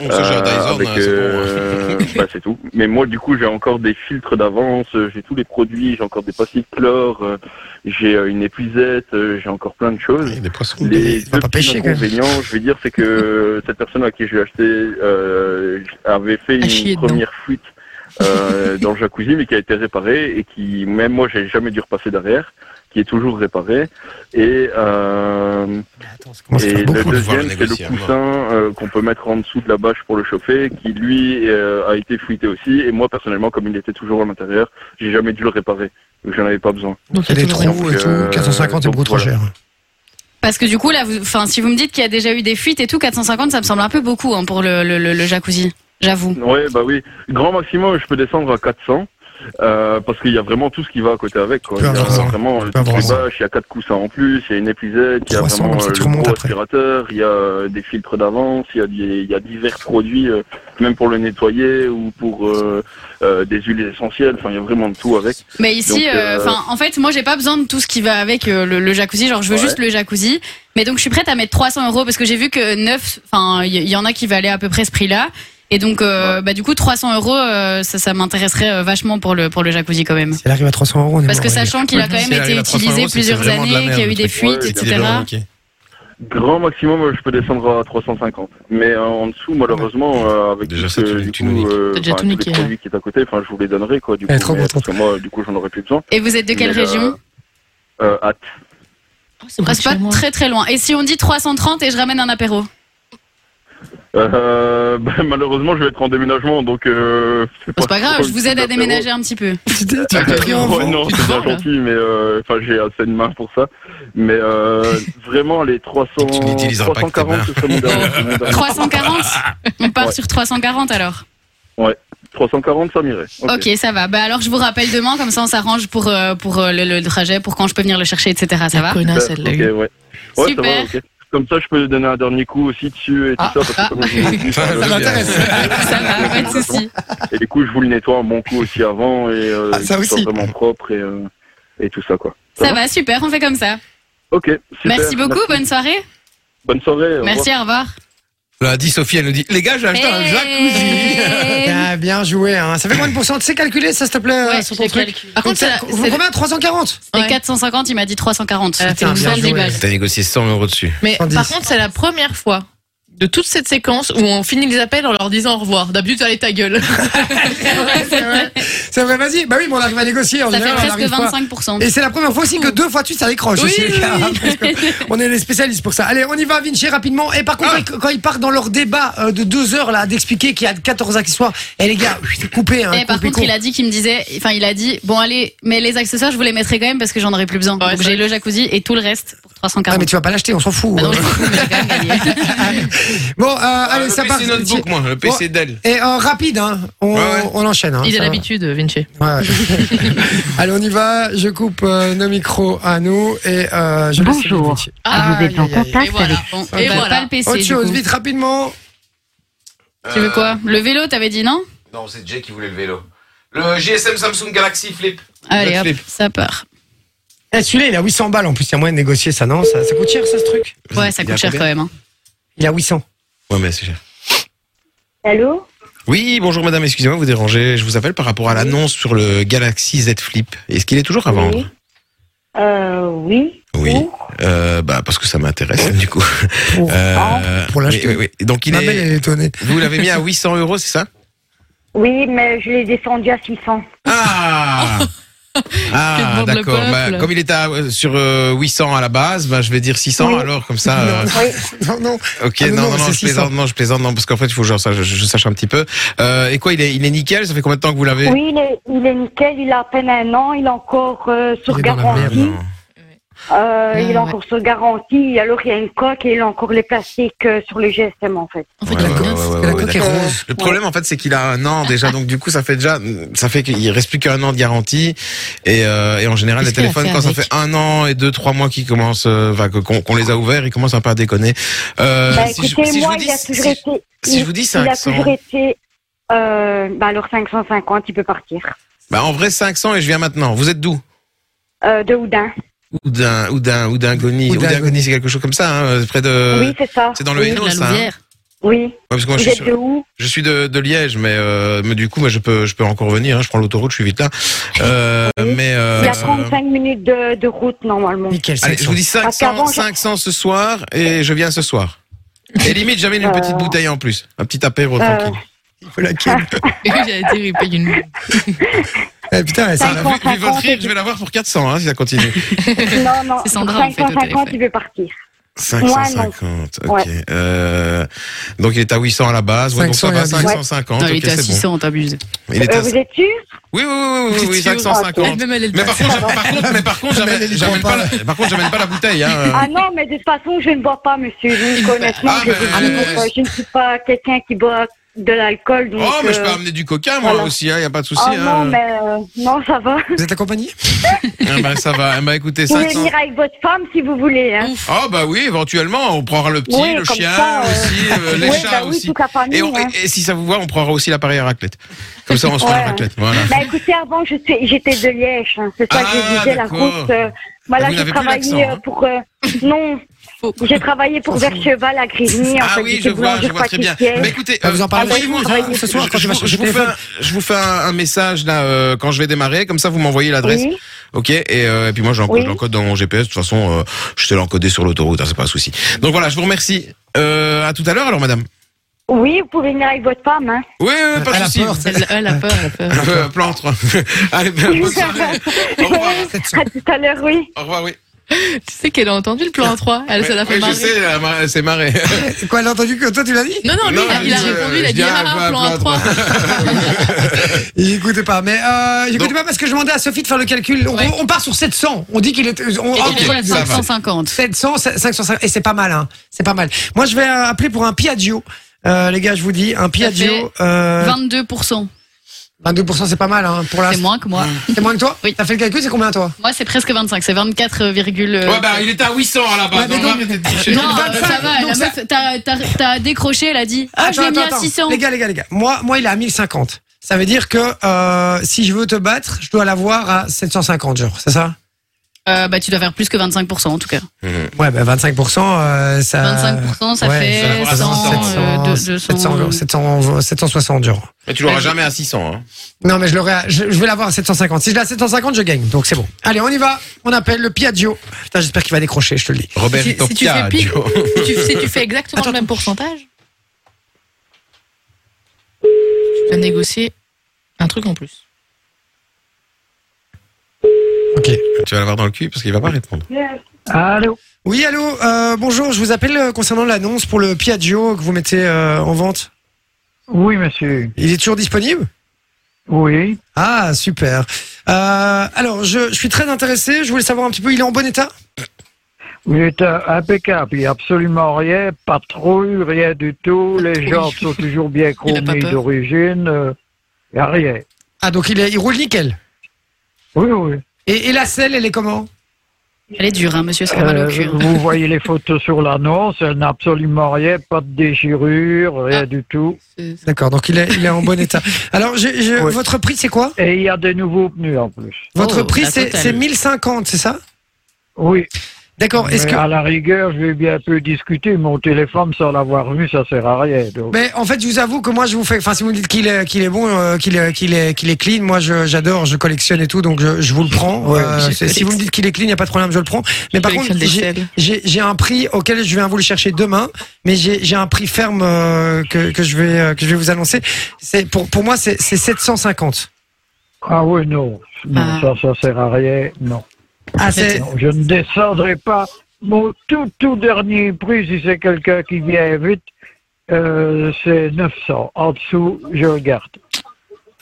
[SPEAKER 1] On se jette à
[SPEAKER 6] Euh,
[SPEAKER 1] Dyson,
[SPEAKER 6] avec,
[SPEAKER 1] hein, c'est bon.
[SPEAKER 6] euh, bah, c'est tout. Mais moi, du coup, j'ai encore des filtres d'avance, euh, j'ai tous les produits, j'ai encore des pastilles de chlore, euh, j'ai euh, une épuisette, euh, j'ai encore plein de choses.
[SPEAKER 1] Il y a des poissons.
[SPEAKER 6] Les
[SPEAKER 2] va
[SPEAKER 6] deux
[SPEAKER 2] pas
[SPEAKER 6] petits
[SPEAKER 2] pêcher, quand même.
[SPEAKER 6] inconvénients, je vais dire, c'est que cette personne à qui je l'ai acheté euh, avait fait
[SPEAKER 3] À chier
[SPEAKER 6] une
[SPEAKER 3] dedans.
[SPEAKER 6] première fuite euh, dans le jacuzzi, mais qui a été réparée et qui, même moi, j'ai jamais dû repasser derrière, qui est toujours réparée. Et euh,
[SPEAKER 2] attends, ça commence à
[SPEAKER 6] et
[SPEAKER 2] faire
[SPEAKER 6] le
[SPEAKER 2] beaucoup.
[SPEAKER 1] de voir le
[SPEAKER 6] deuxième, c'est
[SPEAKER 1] négocier, hein.
[SPEAKER 6] le coussin euh, qu'on peut mettre en dessous de la bâche pour le chauffer, qui lui euh, a été fuité aussi. Et moi, personnellement, comme il était toujours à l'intérieur, j'ai jamais dû le réparer. Donc j'en avais pas besoin.
[SPEAKER 3] Donc
[SPEAKER 2] Il y a des
[SPEAKER 3] toujours rien.
[SPEAKER 2] trous et tout,
[SPEAKER 6] euh,
[SPEAKER 2] 450 est
[SPEAKER 6] donc
[SPEAKER 2] beaucoup trop
[SPEAKER 6] voilà.
[SPEAKER 2] cher.
[SPEAKER 4] Parce que du coup, là, vous, enfin, si vous me dites qu'il y a déjà eu des fuites et tout, 450, ça me semble un peu beaucoup hein, pour le, le, le- le jacuzzi. J'avoue.
[SPEAKER 6] Ouais, bah oui. Grand maximum, je peux descendre à 400. Euh, parce qu'il y a vraiment tout ce qui va à côté avec. Quoi.
[SPEAKER 2] Tu peux
[SPEAKER 6] Il y a
[SPEAKER 2] avoir ça.
[SPEAKER 6] vraiment
[SPEAKER 2] Tu peux
[SPEAKER 6] toutes
[SPEAKER 2] avoir
[SPEAKER 6] les
[SPEAKER 2] ça.
[SPEAKER 6] bâches, il y a quatre coussins en plus, il y a une épuisette, il y a
[SPEAKER 2] 300,
[SPEAKER 6] vraiment
[SPEAKER 2] comme ça,
[SPEAKER 6] euh,
[SPEAKER 2] tu
[SPEAKER 6] le
[SPEAKER 2] remontes
[SPEAKER 6] gros
[SPEAKER 2] après.
[SPEAKER 6] aspirateur, il y a euh, des filtres d'avance, il y, a des- il y a divers produits, euh, même pour le nettoyer ou pour euh, euh, des huiles essentielles. Enfin, il y a vraiment de tout avec.
[SPEAKER 4] Mais ici,
[SPEAKER 6] Donc, euh,
[SPEAKER 4] enfin, en fait, moi, j'ai pas besoin de tout ce qui va avec euh, le, le jacuzzi. Genre, je veux
[SPEAKER 6] Ouais.
[SPEAKER 4] juste le jacuzzi. Mais donc, je suis prête à mettre 300 euros parce que j'ai vu que neuf, enfin, il y, il y en a qui valaient à peu près ce prix-là. Et donc, euh, bah, du coup, 300 euros, euh, ça, ça m'intéresserait euh, vachement pour le pour le jacuzzi quand même.
[SPEAKER 2] Si elle arrive à 300 euros, on est
[SPEAKER 4] Parce
[SPEAKER 2] mort,
[SPEAKER 4] que
[SPEAKER 2] ouais.
[SPEAKER 4] sachant qu'il a quand
[SPEAKER 1] Si
[SPEAKER 4] même
[SPEAKER 1] elle arrive
[SPEAKER 4] été
[SPEAKER 1] à 300
[SPEAKER 4] utilisé
[SPEAKER 1] euros, c'est que c'est
[SPEAKER 4] plusieurs
[SPEAKER 1] vraiment de la
[SPEAKER 4] années,
[SPEAKER 1] merde,
[SPEAKER 4] qu'il y a
[SPEAKER 1] le
[SPEAKER 4] eu des
[SPEAKER 1] truc.
[SPEAKER 4] fuites,
[SPEAKER 6] Ouais,
[SPEAKER 1] Il est
[SPEAKER 4] etc.
[SPEAKER 1] vraiment ok.
[SPEAKER 6] Grand maximum, euh, je peux descendre à 350. Mais euh, en dessous, malheureusement, euh, avec
[SPEAKER 1] Déjà,
[SPEAKER 6] tout,
[SPEAKER 1] ça, tu-
[SPEAKER 6] ce- du
[SPEAKER 1] tu
[SPEAKER 6] coup,
[SPEAKER 1] nous niques.
[SPEAKER 6] euh,
[SPEAKER 3] T'as déjà
[SPEAKER 6] enfin,
[SPEAKER 3] tout
[SPEAKER 6] tous
[SPEAKER 3] niqué, hein.
[SPEAKER 6] les
[SPEAKER 3] ouais.
[SPEAKER 6] produits qui est à côté, enfin, je vous les donnerai, quoi, du coup.
[SPEAKER 2] Elle est Eh, trop
[SPEAKER 6] mais-
[SPEAKER 2] contente.
[SPEAKER 6] parce que moi, du coup, j'en aurais plus besoin.
[SPEAKER 4] Et vous êtes de quelle
[SPEAKER 6] Mais, euh,
[SPEAKER 4] région
[SPEAKER 6] Euh, hâte.
[SPEAKER 3] Oh, c'est
[SPEAKER 4] Ah,
[SPEAKER 3] vrai
[SPEAKER 4] C'est pas
[SPEAKER 3] que chez moi.
[SPEAKER 4] très très loin. Et si on dit 330 et je ramène un apéro
[SPEAKER 6] Euh, bah, malheureusement, je vais être en déménagement, donc euh,
[SPEAKER 4] Bah, C'est pas grave,
[SPEAKER 6] trop
[SPEAKER 4] je vous aide à
[SPEAKER 6] une petite
[SPEAKER 4] déménager un petit peu.
[SPEAKER 2] Putain, tu as
[SPEAKER 6] apéro.
[SPEAKER 2] pris en
[SPEAKER 6] Ouais,
[SPEAKER 2] vente.
[SPEAKER 6] non,
[SPEAKER 3] Tu te
[SPEAKER 6] c'est bien
[SPEAKER 3] vends, là.
[SPEAKER 6] gentil, mais euh, enfin, j'ai assez de main pour ça. Mais euh, vraiment, les 300,
[SPEAKER 1] Tu n'utiliseras pas que tes
[SPEAKER 6] 340,
[SPEAKER 1] mains.
[SPEAKER 6] ce serait mon dernier. c'est mon dernier.
[SPEAKER 4] 340 On part
[SPEAKER 6] Bah Ouais.
[SPEAKER 4] sur 340 alors.
[SPEAKER 6] 340, ça m'irait. Ok.
[SPEAKER 4] ok, ça va. Bah alors je vous rappelle demain, comme ça on s'arrange pour, euh, pour euh, le, le trajet, pour quand je peux venir le chercher, etc. Ça va
[SPEAKER 3] Connasse,
[SPEAKER 6] Euh,
[SPEAKER 3] elle l'a
[SPEAKER 6] ok,
[SPEAKER 3] eu.
[SPEAKER 6] ouais. Ouais,
[SPEAKER 4] Super. Ah.
[SPEAKER 6] ça va, ok. Comme ça, je peux donner un dernier coup aussi dessus et tout ça, parce que comme je vous l'ai dit,
[SPEAKER 1] Ça
[SPEAKER 6] enfin, le-
[SPEAKER 2] m'intéresse.
[SPEAKER 4] Ça va, pas de soucis.
[SPEAKER 6] Et du coup, je vous le nettoie un bon coup aussi avant et euh,
[SPEAKER 2] Ah, ça
[SPEAKER 6] qu'il soit
[SPEAKER 2] aussi.
[SPEAKER 6] vraiment propre et, euh, et tout ça, quoi.
[SPEAKER 4] Ça va, super, on fait comme ça.
[SPEAKER 6] Ok, super.
[SPEAKER 4] Merci beaucoup, bonne soirée.
[SPEAKER 6] Bonne soirée. au revoir.
[SPEAKER 4] Merci, au revoir.
[SPEAKER 1] Là, dit Sophie, elle nous dit Les gars, j'ai acheté un jacuzzi
[SPEAKER 4] Hey.
[SPEAKER 2] Ah, bien joué. Hein. Ça fait combien de pourcents Tu sais calculer ça, s'il te plaît,
[SPEAKER 3] Ouais,
[SPEAKER 2] Ah, sur
[SPEAKER 3] je
[SPEAKER 2] ton
[SPEAKER 3] l'ai
[SPEAKER 2] truc
[SPEAKER 3] calculé. Par
[SPEAKER 2] Donc,
[SPEAKER 3] contre, c'est
[SPEAKER 2] t'as-
[SPEAKER 3] la-
[SPEAKER 2] vous
[SPEAKER 3] c'est-
[SPEAKER 2] combien 340
[SPEAKER 4] C'était
[SPEAKER 3] Ouais.
[SPEAKER 4] 450, il m'a dit 340.
[SPEAKER 3] Elle a fait une
[SPEAKER 2] Ah, Putain, bien
[SPEAKER 3] balle des
[SPEAKER 2] joué.
[SPEAKER 3] balles.
[SPEAKER 1] T'as négocié 100 euros dessus.
[SPEAKER 3] Mais
[SPEAKER 2] 110.
[SPEAKER 3] par contre, c'est la première fois de toute cette séquence où on finit les appels en leur disant au revoir. D'habitude, allez ta gueule.
[SPEAKER 2] C'est vrai, vas-y. Bah oui, mais on arrive à négocier. En
[SPEAKER 4] Ça fait
[SPEAKER 2] général, on
[SPEAKER 4] presque
[SPEAKER 2] arrive pas.
[SPEAKER 4] 25%.
[SPEAKER 2] Et c'est la première fois aussi que deux fois de suite ça décroche.
[SPEAKER 3] Oui,
[SPEAKER 2] aussi, les
[SPEAKER 3] oui,
[SPEAKER 2] gars,
[SPEAKER 3] oui.
[SPEAKER 2] hein, parce que on est les spécialistes pour ça. Allez, on y va, Vinci, rapidement. Et par contre,
[SPEAKER 6] Ah.
[SPEAKER 2] quand- quand ils partent dans leur débat euh, de deux heures là, d'expliquer qu'il y a 14 accessoires, et les gars, c'est coupé. Hein,
[SPEAKER 3] Eh,
[SPEAKER 4] Et Eh, par
[SPEAKER 2] coupé,
[SPEAKER 4] contre,
[SPEAKER 2] coupé.
[SPEAKER 4] il a dit qu'il me disait, enfin, il a dit, bon, allez, mais les accessoires, je vous les mettrai quand même parce que j'en aurai plus besoin.
[SPEAKER 3] Ouais,
[SPEAKER 4] Donc,
[SPEAKER 3] ça-
[SPEAKER 4] j'ai le jacuzzi et tout le reste pour
[SPEAKER 2] Ah,
[SPEAKER 4] 340.
[SPEAKER 2] mais tu vas pas l'acheter, on s'en fout.
[SPEAKER 4] Bah non,
[SPEAKER 2] Euh,
[SPEAKER 4] je m'en fous, mais j'ai quand même gagné.
[SPEAKER 2] Bon, euh, allez,
[SPEAKER 1] Ah, le
[SPEAKER 2] ça part.
[SPEAKER 1] PC notebook, moi. Le PC d'elle.
[SPEAKER 2] Et euh, rapide, hein, on,
[SPEAKER 1] Ouais, ouais.
[SPEAKER 2] on enchaîne. Hein,
[SPEAKER 3] Il
[SPEAKER 2] ça
[SPEAKER 3] a
[SPEAKER 2] va.
[SPEAKER 3] l'habitude, Vinci.
[SPEAKER 2] Ouais. Allez, on y va. Je coupe euh, nos micros à nous et euh, je laisse
[SPEAKER 7] Bonjour. Ah,
[SPEAKER 2] Vinci.
[SPEAKER 7] Vous êtes en
[SPEAKER 3] aïe, aïe, aïe.
[SPEAKER 7] contact
[SPEAKER 3] Et voilà.
[SPEAKER 4] Bon,
[SPEAKER 3] Et
[SPEAKER 4] bah,
[SPEAKER 3] voilà.
[SPEAKER 4] pas le PC.
[SPEAKER 2] Autre
[SPEAKER 4] du
[SPEAKER 2] chose,
[SPEAKER 4] coup.
[SPEAKER 2] vite, rapidement.
[SPEAKER 4] Tu
[SPEAKER 1] Euh,
[SPEAKER 4] veux quoi Le vélo, t'avais dit non
[SPEAKER 8] Euh, Non, c'est Jay qui voulait le vélo. Le GSM Samsung Galaxy Flip.
[SPEAKER 4] Allez, hop,
[SPEAKER 1] flip.
[SPEAKER 4] ça part.
[SPEAKER 2] Eh, Celui-là, il a 800 balles en plus. Il y a moyen de négocier ça, non ça, ça coûte cher, ça, ce truc
[SPEAKER 4] Ouais, ça
[SPEAKER 1] Il y a
[SPEAKER 4] coûte cher
[SPEAKER 1] combien
[SPEAKER 4] quand même. hein.
[SPEAKER 2] Il a 800.
[SPEAKER 1] Ouais, mais c'est cher.
[SPEAKER 7] Allô
[SPEAKER 1] Oui, bonjour madame, excusez-moi de vous déranger. Je vous appelle par rapport à l'annonce sur le Galaxy Z Flip. Est-ce qu'il est toujours à vendre
[SPEAKER 7] Oui. Euh, oui.
[SPEAKER 1] Oui.
[SPEAKER 7] Pour
[SPEAKER 1] Euh, bah, parce que ça m'intéresse, du coup.
[SPEAKER 2] Pour-
[SPEAKER 1] Euh,
[SPEAKER 2] pour l'acheter.
[SPEAKER 1] oui, oui, oui. Donc, il
[SPEAKER 2] Ma
[SPEAKER 1] est-
[SPEAKER 2] belle, elle est étonnée.
[SPEAKER 1] vous l'avez mis à 800 euros, c'est ça
[SPEAKER 7] Oui, mais je l'ai descendu à 600.
[SPEAKER 1] Ah Ah,
[SPEAKER 3] demande le
[SPEAKER 1] d'accord. Bah,
[SPEAKER 3] peuple.
[SPEAKER 1] comme il était à- sur euh, 800 à la base, bah, je vais dire 600
[SPEAKER 7] Oui.
[SPEAKER 1] alors, comme ça. euh,
[SPEAKER 7] Oui.
[SPEAKER 2] Non, non.
[SPEAKER 1] Ok,
[SPEAKER 2] Ah, non,
[SPEAKER 1] non,
[SPEAKER 2] non,
[SPEAKER 1] non,
[SPEAKER 2] c'est
[SPEAKER 1] je
[SPEAKER 2] 600.
[SPEAKER 1] plaisante, non, je plaisante, non, parce qu'en fait, il faut que je, je- je sache un petit peu. Euh, et quoi, il est, il est nickel Ça fait combien de temps que vous l'avez
[SPEAKER 7] Oui, il est, il est nickel. Il a à peine un an. Il est encore euh, sur
[SPEAKER 2] Il est dans la merde,
[SPEAKER 7] garantie.
[SPEAKER 1] Ah, non.
[SPEAKER 7] Euh, il est
[SPEAKER 4] ouais.
[SPEAKER 7] encore sur garantie. Alors, il y a une coque et il a encore les plastiques euh, sur le GSM, en fait.
[SPEAKER 3] En fait,
[SPEAKER 1] Ouais,
[SPEAKER 2] la
[SPEAKER 1] ouais,
[SPEAKER 2] coque,
[SPEAKER 1] ouais, ouais,
[SPEAKER 2] la
[SPEAKER 1] ouais,
[SPEAKER 2] coque est
[SPEAKER 1] Oh, d'accord.
[SPEAKER 2] rose.
[SPEAKER 1] Le problème, en fait, c'est qu'il a un an déjà, donc du coup, ça fait déjà, ça fait qu'il reste plus qu'un an de garantie. Et, euh, et en général, les
[SPEAKER 3] Qu'est-ce qu'elle a
[SPEAKER 1] téléphones,
[SPEAKER 3] fait
[SPEAKER 1] quand ça
[SPEAKER 3] avec
[SPEAKER 1] fait un an et deux, trois mois qu'ils commencent, euh, enfin, que- qu'on qu'on les a ouverts, ils commencent un peu à déconner. Euh,
[SPEAKER 7] bah,
[SPEAKER 1] si je-
[SPEAKER 7] écoutez,
[SPEAKER 1] si je
[SPEAKER 7] moi,
[SPEAKER 1] vous dis-
[SPEAKER 7] il a toujours
[SPEAKER 1] si-
[SPEAKER 7] été.
[SPEAKER 1] si je
[SPEAKER 7] il-
[SPEAKER 1] vous dis
[SPEAKER 7] Il a
[SPEAKER 1] 500.
[SPEAKER 7] toujours été. Euh, bah, alors, 550, il peut partir.
[SPEAKER 1] Bah, en vrai, 500 et je viens maintenant. Vous êtes d'où
[SPEAKER 7] Euh, de Houdin.
[SPEAKER 1] Ou d'un, ou d'un, ou d'un goni.
[SPEAKER 2] Ou
[SPEAKER 1] Ou d'un
[SPEAKER 2] d'un
[SPEAKER 1] goni, c'est quelque chose comme ça, hein, près de.
[SPEAKER 7] oui, c'est ça.
[SPEAKER 1] C'est dans le
[SPEAKER 7] Oui.
[SPEAKER 1] Hainaut,
[SPEAKER 4] La
[SPEAKER 1] ça. hein Ouais,
[SPEAKER 4] Louvière.
[SPEAKER 7] Oui.
[SPEAKER 1] parce que moi, je
[SPEAKER 7] Vous
[SPEAKER 1] suis
[SPEAKER 7] êtes
[SPEAKER 1] sur-
[SPEAKER 7] de où
[SPEAKER 1] Je suis de, de Liège, mais, euh, mais du coup, moi, je peux, je peux encore venir. Hein, je prends l'autoroute, je suis vite là. Euh,
[SPEAKER 7] Oui.
[SPEAKER 1] Mais euh,
[SPEAKER 7] Il y a 35 minutes de, de route, normalement.
[SPEAKER 2] Nickel,
[SPEAKER 1] allez, je
[SPEAKER 2] 500.
[SPEAKER 1] vous dis
[SPEAKER 7] Parce
[SPEAKER 1] 500,
[SPEAKER 7] Ah, qu'avant, je-
[SPEAKER 1] 500 ce soir et je viens ce soir. Et limite, j'amène une
[SPEAKER 7] Euh.
[SPEAKER 1] petite bouteille en plus, un petit apéro
[SPEAKER 7] Euh.
[SPEAKER 1] tranquille.
[SPEAKER 2] Il faut la ken.
[SPEAKER 3] j'allais dire, il paye une.
[SPEAKER 2] Eh, putain, elle,
[SPEAKER 1] Ah,
[SPEAKER 2] ça-
[SPEAKER 7] Cinq.
[SPEAKER 1] vu, vu votre rire, je vais l'avoir pour 400 hein, si ça continue.
[SPEAKER 7] Non, non,
[SPEAKER 4] C'est
[SPEAKER 7] pour
[SPEAKER 4] Sandra, en fait, au
[SPEAKER 7] 550,
[SPEAKER 4] téléphone.
[SPEAKER 7] il veut partir. non.
[SPEAKER 1] 550, ok.
[SPEAKER 7] Ouais.
[SPEAKER 1] Euh, donc il est à 800 à la base, ouais, donc ça
[SPEAKER 2] 500,
[SPEAKER 1] va,
[SPEAKER 2] il a dit.
[SPEAKER 1] 550,
[SPEAKER 4] Non,
[SPEAKER 1] ok,
[SPEAKER 4] il était à
[SPEAKER 1] c'est bon.
[SPEAKER 4] 600, t'abuses.
[SPEAKER 1] Il était
[SPEAKER 7] Euh,
[SPEAKER 1] à-
[SPEAKER 7] vous êtes sûr
[SPEAKER 1] Oui, oui, oui, oui, oui, oui,
[SPEAKER 3] Petite
[SPEAKER 1] 550.
[SPEAKER 3] Même elle, elle
[SPEAKER 1] Mais par contre, j'amène- par contre, mais par contre,
[SPEAKER 2] Mais elle
[SPEAKER 1] j'amène
[SPEAKER 2] y
[SPEAKER 1] j'amène
[SPEAKER 2] prend
[SPEAKER 1] pas,
[SPEAKER 2] pas.
[SPEAKER 1] la- par contre, j'amène pas la bouteille. Hein. euh.
[SPEAKER 7] Ah non, mais de toute façon, je ne bois pas, monsieur. Donc, honnêtement,
[SPEAKER 1] Ah,
[SPEAKER 7] je,
[SPEAKER 1] mais-
[SPEAKER 7] vous dis, euh, je ne suis pas quelqu'un qui boit de l'alcool. donc,
[SPEAKER 1] Oh, mais je
[SPEAKER 7] euh,
[SPEAKER 1] peux amener du coca, moi
[SPEAKER 7] voilà.
[SPEAKER 1] aussi, il n'y a pas de souci.
[SPEAKER 7] Oh non,
[SPEAKER 1] hein.
[SPEAKER 7] mais euh, non, ça va. Vous
[SPEAKER 2] vous êtes accompagné
[SPEAKER 1] Ah bah, ça va. Ah bah, écoutez,
[SPEAKER 7] pouvez
[SPEAKER 1] 500.
[SPEAKER 7] venir avec votre femme si vous voulez. Hein.
[SPEAKER 1] Ah bah oui, éventuellement, on prendra le petit,
[SPEAKER 7] Oui,
[SPEAKER 1] le
[SPEAKER 7] comme
[SPEAKER 1] chien
[SPEAKER 7] ça, euh,
[SPEAKER 1] aussi, euh, les
[SPEAKER 7] oui,
[SPEAKER 1] chats
[SPEAKER 7] bah oui,
[SPEAKER 1] aussi.
[SPEAKER 7] toute la famille.
[SPEAKER 1] et, on-
[SPEAKER 7] hein.
[SPEAKER 1] et- et si ça vous va, on prendra aussi l'appareil à raclette. Comme ça, on se prend la
[SPEAKER 7] Ouais.
[SPEAKER 1] raclette. Voilà.
[SPEAKER 7] Bah écoutez, avant, je suis- j'étais de Liège. hein. C'est ça que
[SPEAKER 1] Ah,
[SPEAKER 7] je disais, la
[SPEAKER 1] d'accord. Ah,
[SPEAKER 7] route. euh, voilà,
[SPEAKER 1] Vous
[SPEAKER 7] j'ai
[SPEAKER 1] n'avez plus
[SPEAKER 7] travaillé
[SPEAKER 1] l'accent,
[SPEAKER 7] euh,
[SPEAKER 1] hein.
[SPEAKER 7] pour... euh, non,
[SPEAKER 3] Faux.
[SPEAKER 7] j'ai travaillé pour Vercheval à Grigny. en
[SPEAKER 1] Ah
[SPEAKER 7] fait,
[SPEAKER 1] oui, je
[SPEAKER 7] j'étais
[SPEAKER 1] vois, je
[SPEAKER 7] boulangère
[SPEAKER 1] vois très bien.
[SPEAKER 7] pâtissière.
[SPEAKER 1] Mais écoutez, euh,
[SPEAKER 2] Ah, vous en parlez
[SPEAKER 1] envoyez-moi-
[SPEAKER 7] chez vous, hein,
[SPEAKER 2] ce soir, quand
[SPEAKER 1] je,
[SPEAKER 2] je vais
[SPEAKER 1] vous-
[SPEAKER 2] chercher
[SPEAKER 1] je vous
[SPEAKER 2] le
[SPEAKER 1] fais un, je vous fais un, un message là euh, quand je vais démarrer, comme ça vous m'envoyez l'adresse,
[SPEAKER 7] Oui.
[SPEAKER 1] ok et, euh, et puis moi je l'enco-
[SPEAKER 7] Oui.
[SPEAKER 1] je l'encode dans mon GPS. De toute façon, euh, je te l'encodé sur l'autoroute, hein, c'est pas un souci. Donc voilà, je vous remercie. Euh, à tout à l'heure alors, madame.
[SPEAKER 7] Oui, vous pouvez venir avec votre femme. Hein.
[SPEAKER 1] Oui, oui, oui, pas
[SPEAKER 2] Elle
[SPEAKER 1] de
[SPEAKER 2] a
[SPEAKER 1] souci.
[SPEAKER 2] peur.
[SPEAKER 3] Elle, elle a peur, elle a peur.
[SPEAKER 1] Euh, plantre. Allez, bonne soirée. Au revoir.
[SPEAKER 7] à tout à l'heure, oui.
[SPEAKER 1] Au revoir, oui.
[SPEAKER 3] Tu sais qu'elle a entendu le plan 3. Elle, ça l'a fait
[SPEAKER 1] Oui,
[SPEAKER 3] marrer.
[SPEAKER 1] Je sais, elle m'a- elle s'est marrée.
[SPEAKER 2] Quoi, elle a entendu que toi tu l'as dit
[SPEAKER 3] Non, non, lui,
[SPEAKER 1] Non,
[SPEAKER 3] il a, il a
[SPEAKER 1] je-
[SPEAKER 3] répondu, il a
[SPEAKER 1] je
[SPEAKER 3] dit
[SPEAKER 1] dis, ah,
[SPEAKER 3] ah,
[SPEAKER 1] bah,
[SPEAKER 3] un plan
[SPEAKER 1] plan
[SPEAKER 3] 3.
[SPEAKER 2] Il écoutait pas, mais euh, j'écoutais
[SPEAKER 1] Donc-
[SPEAKER 2] pas parce que je demandais à Sophie de faire le calcul. On,
[SPEAKER 3] Ouais.
[SPEAKER 2] on part sur 700. On dit qu'il est. euh, On,
[SPEAKER 1] Ok,
[SPEAKER 2] on-
[SPEAKER 4] Et
[SPEAKER 1] ça
[SPEAKER 4] voilà,
[SPEAKER 1] va.
[SPEAKER 4] 550.
[SPEAKER 2] 700, 550, et c'est pas mal, hein. C'est pas mal. Moi, je vais euh, appeler pour un Piaggio. Euh, les gars, je vous dis, un Piaggio. Euh,
[SPEAKER 4] 22%.
[SPEAKER 2] 22%, c'est pas mal, hein. Pour
[SPEAKER 1] Ah,
[SPEAKER 2] la.
[SPEAKER 4] C'est moins que moi.
[SPEAKER 1] hmm.
[SPEAKER 2] C'est moins que toi
[SPEAKER 4] Oui.
[SPEAKER 2] T'as fait le calcul, c'est combien toi
[SPEAKER 4] Moi, c'est presque 25. C'est 24,
[SPEAKER 1] Ouais, bah, il était à 800 à la base.
[SPEAKER 2] Ouais, mais
[SPEAKER 1] on va
[SPEAKER 2] donc-
[SPEAKER 1] arrêter de tricher.
[SPEAKER 4] euh, Non,
[SPEAKER 2] Donc,
[SPEAKER 4] ça
[SPEAKER 2] 25,
[SPEAKER 4] va, la
[SPEAKER 2] donc ça-
[SPEAKER 4] meuf, t'as- t'as- t'as décroché, elle a dit. Ah, je l'ai mis à 600.
[SPEAKER 2] Les gars, les gars, les gars. Moi, moi, il est à 1050. Ça veut dire que euh, si je veux te battre, je dois l'avoir à 750, genre, c'est ça
[SPEAKER 4] euh, bah, tu dois faire plus que 25% en tout cas.
[SPEAKER 2] Ouais, bah 25%, euh, ça.
[SPEAKER 4] 25%, ça
[SPEAKER 2] ouais,
[SPEAKER 4] fait
[SPEAKER 1] ça fait
[SPEAKER 4] 100,
[SPEAKER 2] 700,
[SPEAKER 4] euh, deux- 200,
[SPEAKER 2] 700, 700, 760 euros.
[SPEAKER 1] Mais tu l'auras jamais à 600. Hein.
[SPEAKER 2] Non, mais je, l'aurai à- je, je vais l'avoir à 750. Si je l'ai à 750, je gagne. Donc c'est bon. Allez, on y va. On appelle le Piaggio. Putain, j'espère qu'il va décrocher, je te le dis.
[SPEAKER 1] Robert
[SPEAKER 3] Si- si tu fais pique,
[SPEAKER 1] Piaggio.
[SPEAKER 3] Si tu, si tu fais exactement le même pourcentage, tu peux négocier un truc en plus.
[SPEAKER 2] Ok.
[SPEAKER 1] Tu vas l'avoir dans le cul parce qu'il va pas répondre.
[SPEAKER 5] Allô
[SPEAKER 2] Oui, allô. euh, bonjour, je vous appelle euh, concernant l'annonce pour le Piaggio que vous mettez euh, en vente.
[SPEAKER 5] Oui, monsieur.
[SPEAKER 2] Il est toujours disponible
[SPEAKER 5] Oui.
[SPEAKER 2] Ah, super. Euh, alors, je, je suis très intéressé. Je voulais savoir un petit peu, il est en bon état
[SPEAKER 5] Il est euh, impeccable, il n'y a absolument rien, pas de trouille, rien du tout. Les
[SPEAKER 3] trouille.
[SPEAKER 5] jambes sont toujours bien
[SPEAKER 3] Il a pas
[SPEAKER 5] chromées
[SPEAKER 3] peur.
[SPEAKER 5] d'origine, euh, il n'y a rien.
[SPEAKER 2] Ah, donc il, est, il roule nickel.
[SPEAKER 5] Oui, oui.
[SPEAKER 2] Et, et la selle, elle est comment
[SPEAKER 4] Elle est dure, hein, monsieur, c'est pas mal
[SPEAKER 5] Euh,
[SPEAKER 4] au cul. hein.
[SPEAKER 5] vous voyez les photos sur l'annonce, elle n'a absolument rien, pas de déchirure, rien
[SPEAKER 3] Ah.
[SPEAKER 5] du tout.
[SPEAKER 3] C'est-
[SPEAKER 2] D'accord, donc il est, il est en bon état. Alors, je, je-
[SPEAKER 5] Ouais.
[SPEAKER 2] votre prix, c'est quoi
[SPEAKER 5] Et il y a des nouveaux pneus en plus.
[SPEAKER 2] Votre
[SPEAKER 4] Oh,
[SPEAKER 2] prix,
[SPEAKER 4] la
[SPEAKER 2] c'est
[SPEAKER 4] totale.
[SPEAKER 2] c'est 1050, c'est ça
[SPEAKER 5] Oui,
[SPEAKER 2] D'accord, est-ce
[SPEAKER 5] mais
[SPEAKER 2] que...
[SPEAKER 5] à la rigueur, je vais bien un peu discuter, mon téléphone sans l'avoir vu, ça sert à rien. donc.
[SPEAKER 2] Mais en fait, je vous avoue que moi, je vous fais. Enfin, si vous me dites qu'il est, qu'il est bon, euh, qu'il est, qu'il est, qu'il est clean, moi, je- j'adore, je collectionne et tout, donc je, je vous le prends.
[SPEAKER 5] Ouais,
[SPEAKER 2] Euh,
[SPEAKER 3] je
[SPEAKER 2] c'est- si
[SPEAKER 3] collectionne.
[SPEAKER 2] vous me dites qu'il est clean, il n'y a pas de problème, je le prends. Mais par contre,
[SPEAKER 3] collectionne des
[SPEAKER 2] j'ai-
[SPEAKER 3] selles.
[SPEAKER 2] j'ai j'ai un prix auquel je viens vous le chercher demain, mais j'ai j'ai un prix ferme euh, que, que je vais euh, que je vais vous annoncer. C'est pour pour moi, c'est c'est 750.
[SPEAKER 5] Ah oui, non, non,
[SPEAKER 4] Ah.
[SPEAKER 5] ça, ça sert à rien, non.
[SPEAKER 2] Ah, c'est
[SPEAKER 5] Non, je ne descendrai pas. Mon tout, tout dernier prix, si c'est quelqu'un qui vient vite, euh, c'est 900. En dessous, je regarde.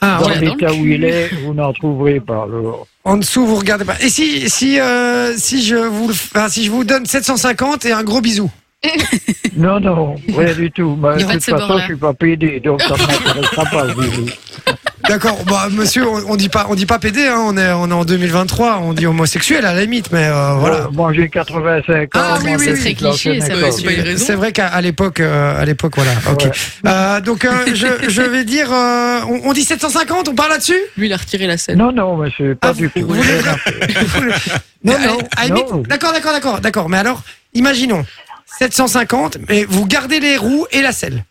[SPEAKER 2] ah,
[SPEAKER 5] Dans
[SPEAKER 2] ouais.
[SPEAKER 4] ouais, dans le
[SPEAKER 5] l'état où
[SPEAKER 4] cul.
[SPEAKER 5] il est, vous n'en trouverez pas. alors.
[SPEAKER 2] en dessous, vous regardez pas. Et si si euh, si je vous le, enfin, si je vous donne 750 et un gros bisou.
[SPEAKER 5] Non, non, rien du tout. Mais
[SPEAKER 4] Il
[SPEAKER 5] de
[SPEAKER 4] va de
[SPEAKER 5] toute
[SPEAKER 4] ce
[SPEAKER 5] façon,
[SPEAKER 4] bord-là.
[SPEAKER 5] je suis pas pédé, donc ça ne m'intéressera pas. le bisou.
[SPEAKER 2] D'accord, bah monsieur, on, on dit pas, on dit pas PD, hein, on est, on est en 2023, on dit homosexuel à la limite, mais euh, voilà.
[SPEAKER 5] Bon, moi, j'ai 85 ans.
[SPEAKER 2] Ah oui,
[SPEAKER 5] moi,
[SPEAKER 2] oui,
[SPEAKER 5] je
[SPEAKER 2] oui.
[SPEAKER 5] suis
[SPEAKER 4] C'est très cliché,
[SPEAKER 5] l'ancienne
[SPEAKER 4] ça,
[SPEAKER 5] école.
[SPEAKER 4] monsieur.
[SPEAKER 8] une raison.
[SPEAKER 2] C'est vrai qu'à à l'époque, euh, à l'époque, voilà. Ok.
[SPEAKER 5] Ouais.
[SPEAKER 2] Euh, donc euh, je, je vais dire, euh, on, on dit 750, on parle là-dessus
[SPEAKER 3] Lui, il a retiré la scène.
[SPEAKER 5] Non, non, monsieur, pas
[SPEAKER 2] Ah,
[SPEAKER 5] du tout.
[SPEAKER 2] vous voulez-
[SPEAKER 5] Non,
[SPEAKER 2] Mais à-
[SPEAKER 5] non,
[SPEAKER 2] à la limite-
[SPEAKER 5] non.
[SPEAKER 2] D'accord, d'accord, d'accord, d'accord. Mais alors, imaginons 750, mais vous gardez les roues et la selle.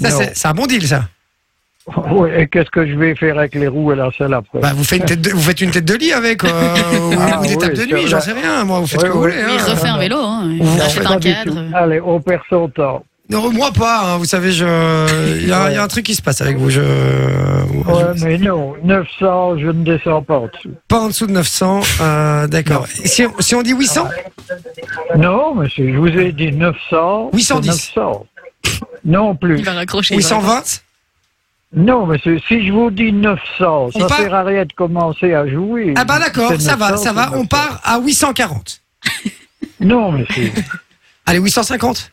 [SPEAKER 2] Ça,
[SPEAKER 5] Non.
[SPEAKER 2] c'est c'est un bon deal, ça.
[SPEAKER 5] Oui, et qu'est-ce que je vais faire avec les roues et la selle après
[SPEAKER 2] Bah, vous faites une tête de, vous faites une tête de lit avec, euh, ou,
[SPEAKER 5] Ah,
[SPEAKER 2] ou des
[SPEAKER 5] oui,
[SPEAKER 2] tables de
[SPEAKER 5] c'est
[SPEAKER 2] nuit,
[SPEAKER 5] vrai.
[SPEAKER 2] j'en sais rien. Moi, vous faites ce
[SPEAKER 5] Ouais,
[SPEAKER 2] que vous
[SPEAKER 5] ouais.
[SPEAKER 2] voulez.
[SPEAKER 4] Il
[SPEAKER 2] hein.
[SPEAKER 4] refait un vélo, hein.
[SPEAKER 2] Vous
[SPEAKER 4] il achète
[SPEAKER 5] Pas
[SPEAKER 4] un
[SPEAKER 5] du
[SPEAKER 4] cadre.
[SPEAKER 5] tout. Allez, on perd son temps.
[SPEAKER 2] Non, moi pas, hein, vous savez, je... il, y a, il y a un truc qui se passe avec vous. Je...
[SPEAKER 5] Ouais,
[SPEAKER 2] je-
[SPEAKER 5] mais non, 900, je ne descends pas en dessous.
[SPEAKER 2] Pas en dessous de 900, euh, d'accord. Si, on- si on dit 800
[SPEAKER 5] Ah, Non, monsieur, je vous ai dit 900.
[SPEAKER 2] 810.
[SPEAKER 5] 900. Non plus.
[SPEAKER 4] Il va
[SPEAKER 5] bah,
[SPEAKER 4] raccrocher. il va
[SPEAKER 2] 820
[SPEAKER 5] Non, monsieur, si je vous dis 900, ça
[SPEAKER 2] On part-
[SPEAKER 5] sert à rien de commencer à jouer.
[SPEAKER 2] Ah bah d'accord,
[SPEAKER 5] C'est
[SPEAKER 2] ça va,
[SPEAKER 5] 900,
[SPEAKER 2] ça va,
[SPEAKER 5] c'est
[SPEAKER 2] on
[SPEAKER 5] 900.
[SPEAKER 2] part à 840.
[SPEAKER 5] Non, monsieur,
[SPEAKER 2] Allez, 850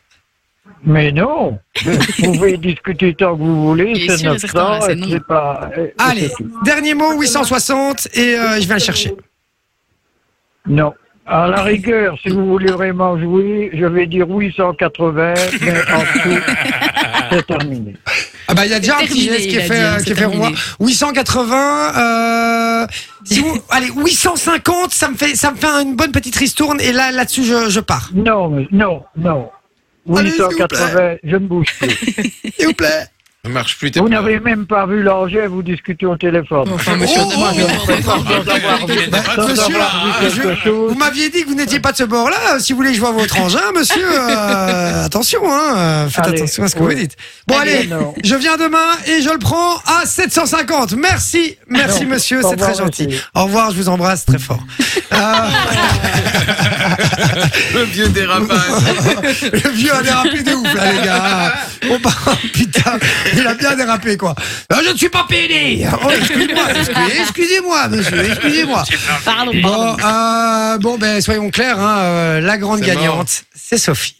[SPEAKER 5] mais non. vous pouvez discuter tant que vous voulez,
[SPEAKER 4] Il est
[SPEAKER 5] c'est
[SPEAKER 4] sûr et certain, là,
[SPEAKER 5] 900,
[SPEAKER 4] c'est
[SPEAKER 5] et
[SPEAKER 4] non.
[SPEAKER 5] c'est pas... euh, et- et
[SPEAKER 2] Allez,
[SPEAKER 5] c'est tout.
[SPEAKER 2] dernier mot, 860, et euh, je viens le chercher.
[SPEAKER 5] Non. À la rigueur, si vous voulez vraiment jouer, je vais dire 880, mais en dessous, c'est terminé.
[SPEAKER 2] Ah bah il y a déjà un petit
[SPEAKER 4] terminé,
[SPEAKER 2] geste qui
[SPEAKER 4] il
[SPEAKER 2] est
[SPEAKER 4] a
[SPEAKER 2] fait,
[SPEAKER 4] dit, hein,
[SPEAKER 2] euh,
[SPEAKER 4] c'est
[SPEAKER 2] qui est fait pour moi.
[SPEAKER 4] terminé.
[SPEAKER 2] 880, euh, si vous... allez, 850, ça me fait, ça me fait une bonne petite ristourne, et là, là-dessus, je, je pars.
[SPEAKER 5] Non, mais- non, non.
[SPEAKER 2] Allez, s'il vous
[SPEAKER 5] 880, je ne bouge plus.
[SPEAKER 2] S'il vous plaît.
[SPEAKER 1] Ça marche plus. t'es
[SPEAKER 5] Vous
[SPEAKER 1] pas-
[SPEAKER 5] n'avez même pas vu l'Angers, vous discutez au téléphone.
[SPEAKER 3] Enfin, monsieur,
[SPEAKER 2] Oh,
[SPEAKER 3] demande-
[SPEAKER 2] oh, oh,
[SPEAKER 3] demande-
[SPEAKER 1] Ah,
[SPEAKER 3] demande-
[SPEAKER 1] d'accord, il était
[SPEAKER 2] Bah,
[SPEAKER 1] pas-
[SPEAKER 5] Ça, ça
[SPEAKER 2] monsieur,
[SPEAKER 1] ah,
[SPEAKER 5] va,
[SPEAKER 2] je-
[SPEAKER 5] oui, quelque chose.
[SPEAKER 2] vous m'aviez dit que vous n'étiez pas de ce bord-là. Si vous voulez que je vois votre engin, monsieur, euh, attention, hein, euh, faites
[SPEAKER 5] Allez,
[SPEAKER 2] attention à ce que
[SPEAKER 5] ouais.
[SPEAKER 2] vous dites. Bon, allez,
[SPEAKER 5] Allez, non.
[SPEAKER 2] je viens demain et je le prends à 750. Merci, merci,
[SPEAKER 5] Non,
[SPEAKER 2] monsieur,
[SPEAKER 5] au
[SPEAKER 2] c'est très
[SPEAKER 5] revoir,
[SPEAKER 2] gentil.
[SPEAKER 5] monsieur.
[SPEAKER 2] Au revoir, je vous embrasse très fort. Euh,
[SPEAKER 1] Le vieux dérapage.
[SPEAKER 2] le vieux a dérapé de ouf, là, les gars. Oh, bah, putain, il a bien dérapé, quoi. Euh, je ne suis pas pédé. Oh, excusez-moi, excusez- excusez-moi, monsieur, excusez-moi.
[SPEAKER 4] dire, Pardon, pardon.
[SPEAKER 2] Bon, euh, bon ben soyons clairs, hein, euh, la grande
[SPEAKER 1] C'est
[SPEAKER 2] gagnante, c'est Sophie.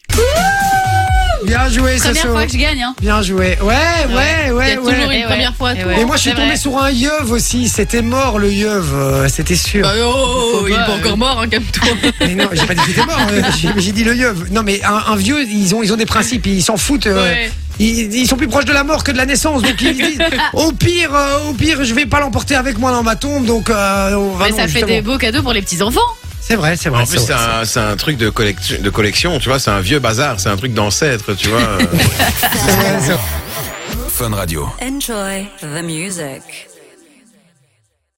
[SPEAKER 2] Bien joué,
[SPEAKER 4] Première
[SPEAKER 2] Soso.
[SPEAKER 4] fois que je gagne, hein.
[SPEAKER 2] Bien joué. Ouais, ouais,
[SPEAKER 3] Il
[SPEAKER 2] ouais,
[SPEAKER 3] y a
[SPEAKER 2] ouais.
[SPEAKER 3] toujours
[SPEAKER 4] Eh
[SPEAKER 3] une
[SPEAKER 4] ouais.
[SPEAKER 3] première fois.
[SPEAKER 4] Eh
[SPEAKER 3] tout.
[SPEAKER 4] ouais.
[SPEAKER 2] Et moi, je suis
[SPEAKER 4] C'est
[SPEAKER 2] tombé
[SPEAKER 4] vrai.
[SPEAKER 2] sur un yeuve aussi. C'était mort le yeuve, euh, c'était sûr.
[SPEAKER 3] Bah, oh, oh, oh, il est
[SPEAKER 4] Faut
[SPEAKER 3] pas
[SPEAKER 4] pas, euh.
[SPEAKER 3] encore mort, hein, calme-toi.
[SPEAKER 2] Mais non, j'ai pas dit que c'était mort. euh, j'ai- J'ai dit le yeuve. Non, mais un, un vieux, ils ont, ils ont des principes. Ils s'en foutent. euh,
[SPEAKER 3] Ouais.
[SPEAKER 2] Ils, ils sont plus proches de la mort que de la naissance. Donc ils disent au pire, euh, au pire, je vais pas l'emporter avec moi dans ma tombe. Donc euh, on va
[SPEAKER 4] Mais
[SPEAKER 2] non,
[SPEAKER 4] ça fait
[SPEAKER 2] justement.
[SPEAKER 4] des beaux cadeaux pour les petits enfants.
[SPEAKER 2] C'est vrai, c'est vrai.
[SPEAKER 1] En plus,
[SPEAKER 2] c'est
[SPEAKER 1] c'est
[SPEAKER 2] vrai.
[SPEAKER 1] un, c'est un truc de, collec- de collection, tu vois, c'est un vieux bazar, c'est un truc d'ancêtre, tu vois. euh.
[SPEAKER 2] C'est vrai, c'est vrai.
[SPEAKER 9] Enjoy the music.